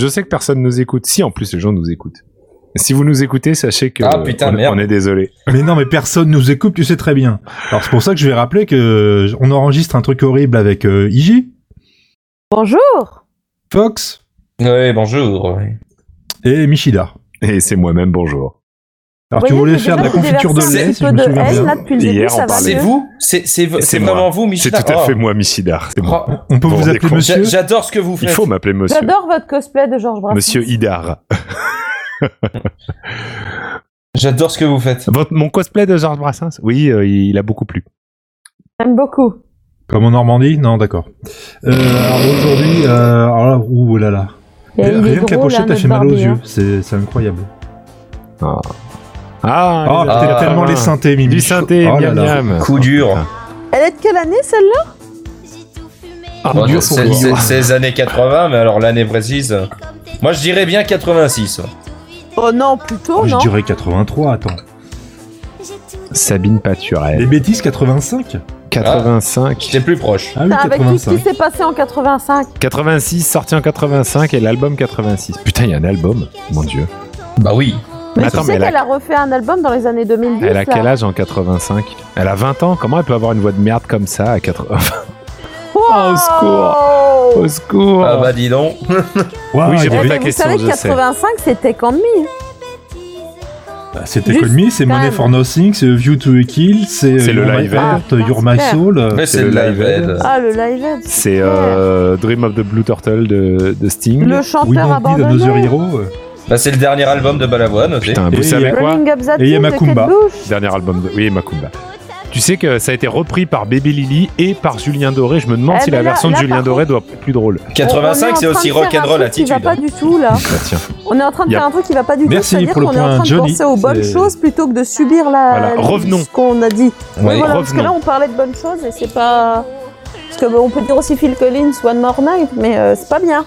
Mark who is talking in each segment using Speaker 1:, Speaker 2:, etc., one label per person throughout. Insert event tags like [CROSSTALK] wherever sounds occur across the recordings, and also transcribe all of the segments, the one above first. Speaker 1: Je sais que personne nous écoute. Si, en plus, les gens nous écoutent. Si vous nous écoutez, sachez que
Speaker 2: Ah, putain,
Speaker 1: on,
Speaker 2: merde.
Speaker 1: on est désolé.
Speaker 3: Mais non, mais personne nous écoute, tu sais très bien. Alors c'est pour ça que je vais rappeler que j- on enregistre un truc horrible avec euh, Iji,
Speaker 4: Bonjour
Speaker 3: Fox
Speaker 2: Ouais, bonjour. ouais.
Speaker 3: et Michida.
Speaker 1: Et c'est moi-même, bonjour.
Speaker 3: Alors
Speaker 4: Vous
Speaker 3: tu
Speaker 4: voyez,
Speaker 3: voulais
Speaker 4: j'ai
Speaker 3: faire de la
Speaker 4: déjà
Speaker 3: confiture de
Speaker 4: déversé un
Speaker 3: lait,
Speaker 4: petit
Speaker 3: si je
Speaker 4: peu
Speaker 3: me
Speaker 4: de
Speaker 3: souviens
Speaker 4: haine,
Speaker 3: bien.
Speaker 4: là, depuis le
Speaker 1: Hier,
Speaker 4: début,
Speaker 1: on
Speaker 4: ça va
Speaker 1: parlait.
Speaker 2: C'est
Speaker 4: mieux.
Speaker 2: vous C'est c'est v-
Speaker 1: C'est
Speaker 2: c'est
Speaker 1: moi.
Speaker 2: vraiment vous,
Speaker 1: C'est
Speaker 2: Michel Ah. Oh,
Speaker 1: tout à fait
Speaker 3: oh.
Speaker 1: moi, Michidar. C'est moi.
Speaker 3: On peut
Speaker 1: Bon,
Speaker 3: vous
Speaker 1: des
Speaker 3: appeler
Speaker 1: cons.
Speaker 3: monsieur
Speaker 2: J'adore ce que vous
Speaker 1: Il
Speaker 2: faites.
Speaker 1: faut m'appeler monsieur.
Speaker 4: J'adore votre cosplay de Georges Brassens.
Speaker 1: Monsieur Idar.
Speaker 2: J'adore ce que vous faites.
Speaker 1: Votre- mon cosplay de Georges Brassens Oui, euh, il a beaucoup plu.
Speaker 4: J'aime beaucoup.
Speaker 3: Comme en Normandie Non, d'accord. Euh, alors aujourd'hui, euh, alors là, ouh là là.
Speaker 4: Et il est
Speaker 3: Eh, Rien que la
Speaker 4: drôle, hein,
Speaker 3: pochette a
Speaker 4: notre
Speaker 3: fait mal aux
Speaker 4: Barbie, hein.
Speaker 3: yeux, c'est c'est incroyable.
Speaker 1: Ah,
Speaker 3: Oh,
Speaker 1: les-
Speaker 2: ah,
Speaker 3: t'es
Speaker 1: ah,
Speaker 3: tellement les synthés, Mimi.
Speaker 1: Du synthé,
Speaker 3: Oh là
Speaker 1: miam
Speaker 3: là.
Speaker 1: miam.
Speaker 2: Coup dur.
Speaker 4: Elle est de quelle année celle-là
Speaker 1: Ah,
Speaker 2: Bon,
Speaker 1: dur pour
Speaker 2: c'est-
Speaker 1: moi.
Speaker 2: c'est c'est les années 80, mais alors l'année précise. euh, Moi, je dirais bien 86.
Speaker 4: Oh non, plutôt
Speaker 3: Ah, Je
Speaker 4: non.
Speaker 3: dirais 83, attends.
Speaker 1: Sabine Paturel.
Speaker 4: Eh.
Speaker 3: Les bêtises 85
Speaker 1: 85.
Speaker 2: J'étais plus proche.
Speaker 3: Ah oui,
Speaker 4: Putain, avec tout ce qui
Speaker 3: 85.
Speaker 4: s'est passé en 85.
Speaker 1: 86, sorti en 85 et l'album 86. Putain, il y a un album, mon dieu.
Speaker 2: Bah oui.
Speaker 4: Mais
Speaker 1: Attends,
Speaker 4: tu sais
Speaker 1: mais elle a-
Speaker 4: qu'elle a... refait un album dans les années 2010.
Speaker 1: Elle a
Speaker 4: là.
Speaker 1: quel âge en 85 Elle a 20 ans Comment elle peut avoir une voix de merde comme ça à 80
Speaker 4: Wow
Speaker 3: Oh,
Speaker 1: au secours. [LAUGHS] Au secours
Speaker 2: Ah bah dis donc.
Speaker 3: Ouah,
Speaker 1: Oui, j'ai
Speaker 3: il y
Speaker 4: Eh,
Speaker 1: pas
Speaker 3: avait-
Speaker 1: la
Speaker 4: mais vous
Speaker 1: question,
Speaker 4: savez que
Speaker 1: je sais.
Speaker 4: 85, c'était quand demi.
Speaker 3: bah, C'était
Speaker 4: Juste,
Speaker 3: Conmi, c'est
Speaker 4: quand
Speaker 3: Money
Speaker 4: même.
Speaker 3: for Nothing, c'est A View to a Kill, c'est euh,
Speaker 1: C'est le
Speaker 3: You're My
Speaker 1: live
Speaker 3: Heart,
Speaker 4: aid.
Speaker 3: You're My
Speaker 4: Ah,
Speaker 3: Soul. euh,
Speaker 2: Mais c'est
Speaker 1: le
Speaker 2: le
Speaker 1: Live
Speaker 2: live
Speaker 1: Aid.
Speaker 2: aid.
Speaker 4: Ah, le live aid.
Speaker 1: C'est euh, Dream of the Blue Turtle de, de Sting.
Speaker 4: Le
Speaker 3: We
Speaker 4: chanteur
Speaker 3: Don't Need Another
Speaker 4: abandonné.
Speaker 3: Hero. euh.
Speaker 2: Bah, c'est le dernier album de Balavoine aussi.
Speaker 1: Putain, vous
Speaker 3: Et il y
Speaker 1: savez
Speaker 3: a-
Speaker 1: quoi
Speaker 4: Running Up
Speaker 3: Et
Speaker 4: That
Speaker 3: il y a
Speaker 4: Hill de
Speaker 3: Macumba.
Speaker 4: Kate Bush.
Speaker 1: Dernier album de... Oui, Macumba. Tu sais que ça a été repris par Baby Lily et par Julien Doré. Je me demande
Speaker 4: Eh
Speaker 1: si
Speaker 4: ben
Speaker 1: la
Speaker 4: là-
Speaker 1: version de
Speaker 4: là,
Speaker 1: Julien
Speaker 4: par Ah,
Speaker 1: Doré doit être plus drôle.
Speaker 4: On est en
Speaker 2: 85, c'est
Speaker 4: train de
Speaker 2: aussi
Speaker 4: faire un
Speaker 2: rock'n'roll
Speaker 4: truc qui
Speaker 2: attitude. hein.
Speaker 4: va pas du tout là.
Speaker 1: Ah, tiens.
Speaker 4: On est en train de
Speaker 1: Y'a-
Speaker 4: faire un truc qui va pas du tout.
Speaker 3: Merci
Speaker 4: C'est-à-dire
Speaker 3: pour le
Speaker 4: qu'on est en
Speaker 3: point,
Speaker 4: train de
Speaker 3: Johnny.
Speaker 4: penser aux bonnes
Speaker 3: C'est-
Speaker 4: choses plutôt que de subir la.
Speaker 1: Voilà, revenons.
Speaker 4: Ce qu'on a dit.
Speaker 2: Ouais.
Speaker 4: Oui, voilà, parce que
Speaker 1: revenons.
Speaker 4: là on parlait de bonnes choses et c'est pas. Parce que bah, on peut dire aussi Phil Collins, One More Night, mais euh, c'est pas bien.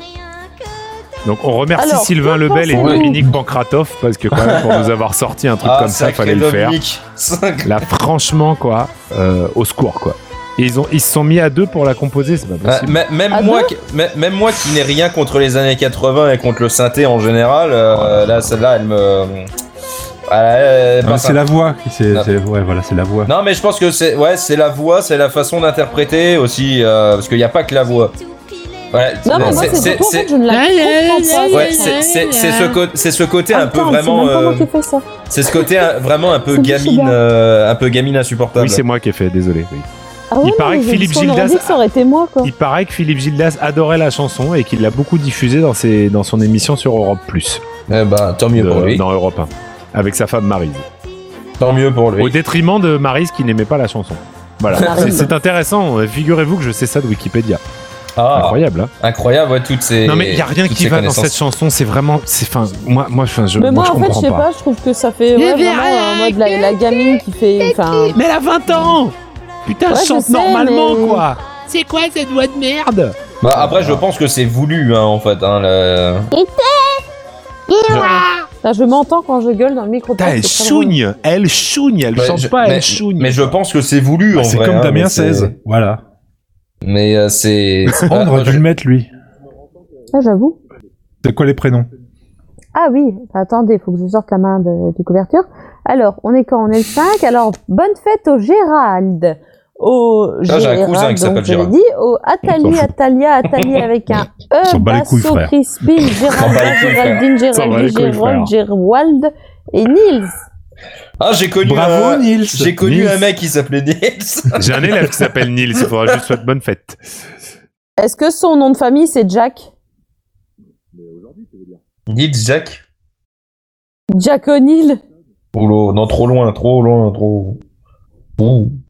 Speaker 1: Donc on remercie
Speaker 4: Alors,
Speaker 1: Sylvain
Speaker 4: que
Speaker 1: Lebel et
Speaker 4: pensez-vous
Speaker 1: Dominique Pankratov parce que quand même pour nous avoir sorti un truc
Speaker 2: Ah,
Speaker 1: comme ça, il fallait le faire.
Speaker 2: [LAUGHS]
Speaker 1: Là, franchement, quoi, euh, au secours, quoi. Et ils, ont, ils se sont mis à deux pour la composer, c'est pas
Speaker 2: Bah,
Speaker 1: possible.
Speaker 2: même,
Speaker 4: Ah
Speaker 2: moi, qui- m- même moi qui n'ai rien contre les années 80 et contre le synthé en général, euh, là, celle-là, elle me. Ah, elle
Speaker 3: Ah,
Speaker 2: passe
Speaker 3: C'est
Speaker 2: un-
Speaker 3: la voix. qui- c'est-
Speaker 2: Ah.
Speaker 3: c'est- Ouais, voilà, c'est la voix.
Speaker 2: Non, mais je pense que c'est ouais, c'est la voix, c'est la façon d'interpréter aussi, euh, parce qu'il n'y a pas que la voix. Ouais,
Speaker 4: Non, mais moi
Speaker 2: c'est-
Speaker 4: c'est
Speaker 2: c'est-
Speaker 4: surtout en
Speaker 2: c'est-
Speaker 4: fait je ne la comprends pas.
Speaker 2: ouais, c'est- c'est- c'est ce co- c'est ce côté un peu
Speaker 4: Attends,
Speaker 2: vraiment,
Speaker 4: C'est même pas moi
Speaker 2: euh,
Speaker 4: qui fais ça.
Speaker 2: c'est ce côté un- vraiment un peu
Speaker 4: [LAUGHS] C'est
Speaker 2: gamine,
Speaker 4: Michigan.
Speaker 2: euh, un peu gamine insupportable.
Speaker 1: Oui, c'est moi qui ai fait, désolé. oui.
Speaker 4: Ah ouais,
Speaker 1: il
Speaker 4: non,
Speaker 1: paraît
Speaker 4: mais
Speaker 1: que Philippe
Speaker 4: parce qu'on aurait
Speaker 1: Gildas
Speaker 4: dit que ça aurait été moi quoi.
Speaker 1: Il paraît que Philippe Gildas adorait la chanson et qu'il l'a beaucoup diffusée dans, ses, dans son émission sur Europe Plus,
Speaker 2: Eh ben, tant mieux
Speaker 1: de-
Speaker 2: pour lui.
Speaker 1: dans Europe 1, avec sa femme Marise.
Speaker 2: Tant mieux pour
Speaker 1: Au
Speaker 2: lui.
Speaker 1: détriment de Marise qui n'aimait pas la chanson. Voilà,
Speaker 4: Maryse.
Speaker 1: c'est c'est intéressant. Figurez-vous que je sais ça de Wikipédia.
Speaker 2: Ah, incroyable,
Speaker 1: Incroyable, hein.
Speaker 2: ouais, toutes ces.
Speaker 1: Non, mais il n'y a rien
Speaker 2: toutes
Speaker 1: qui
Speaker 2: ces
Speaker 1: va dans
Speaker 2: connaissances.
Speaker 1: cette chanson. C'est vraiment. c'est- Enfin, moi, moi, enfin, je,
Speaker 4: Mais
Speaker 1: moi,
Speaker 4: moi,
Speaker 1: je
Speaker 4: en fait, je
Speaker 1: comprends
Speaker 4: sais pas. je trouve que ça fait
Speaker 5: Mais
Speaker 4: ouais,
Speaker 5: viens,
Speaker 4: vraiment euh, en mode la, la gamine qui fait. Enfin,
Speaker 5: Mais elle a 20 ans
Speaker 1: Putain,
Speaker 4: Ouais, je
Speaker 1: chante
Speaker 4: sais,
Speaker 1: normalement,
Speaker 4: mais-
Speaker 1: quoi.
Speaker 5: C'est quoi cette voix de merde
Speaker 2: Bah, après, je pense que c'est voulu, hein, en fait. Hein, le-
Speaker 4: là, je m'entends quand je gueule dans le micro.
Speaker 1: Putain, elle chougne, elle chougne, elle
Speaker 2: Ouais,
Speaker 1: chante
Speaker 2: je-
Speaker 1: pas,
Speaker 2: mais,
Speaker 1: elle chougne.
Speaker 2: mais je pense que c'est voulu, en
Speaker 3: Bah, Ah, C'est
Speaker 2: vrai,
Speaker 3: comme
Speaker 2: hein,
Speaker 3: Damien
Speaker 2: mais c'est- Ah,
Speaker 3: 16. Voilà.
Speaker 2: Mais euh,
Speaker 3: [LAUGHS]
Speaker 2: c'est.
Speaker 3: Oh, On aurait
Speaker 2: Ah,
Speaker 3: dû le mettre, lui.
Speaker 4: Ah, j'avoue.
Speaker 3: C'est quoi les prénoms
Speaker 4: Ah oui, attendez, faut que je sorte la main de, du couverture. Alors, on est quand On est le 5. Alors, bonne fête au Gérald. Au
Speaker 2: Ah, j'ai un cousin qui s'appelle
Speaker 4: donc, je l'ai
Speaker 2: Gérald.
Speaker 4: dit, au
Speaker 1: On
Speaker 4: Atali,
Speaker 1: s'en fout.
Speaker 4: Atalia, Atali avec un
Speaker 3: s'en
Speaker 4: E,
Speaker 3: bat les couilles,
Speaker 4: Basso,
Speaker 3: frère.
Speaker 4: Crispine,
Speaker 2: s'en bat les
Speaker 4: Gérald,
Speaker 2: couilles, frère.
Speaker 4: Géraldine,
Speaker 1: s'en bat les
Speaker 4: Géraldine,
Speaker 1: couilles, frère.
Speaker 4: Gérald, Gérald et Nils.
Speaker 2: [LAUGHS] Ah, j'ai connu.
Speaker 3: Bravo,
Speaker 2: un-
Speaker 3: Nils.
Speaker 2: J'ai connu
Speaker 3: Nils.
Speaker 2: un mec qui s'appelait Nils.
Speaker 1: J'ai un élève qui s'appelle Nils, il faudra juste souhaiter bonne fête.
Speaker 4: Est-ce que son nom de famille c'est Jack
Speaker 2: Nils Jack.
Speaker 4: Jack O'Neill
Speaker 2: Oula, non, trop loin, trop loin, trop. Ouh.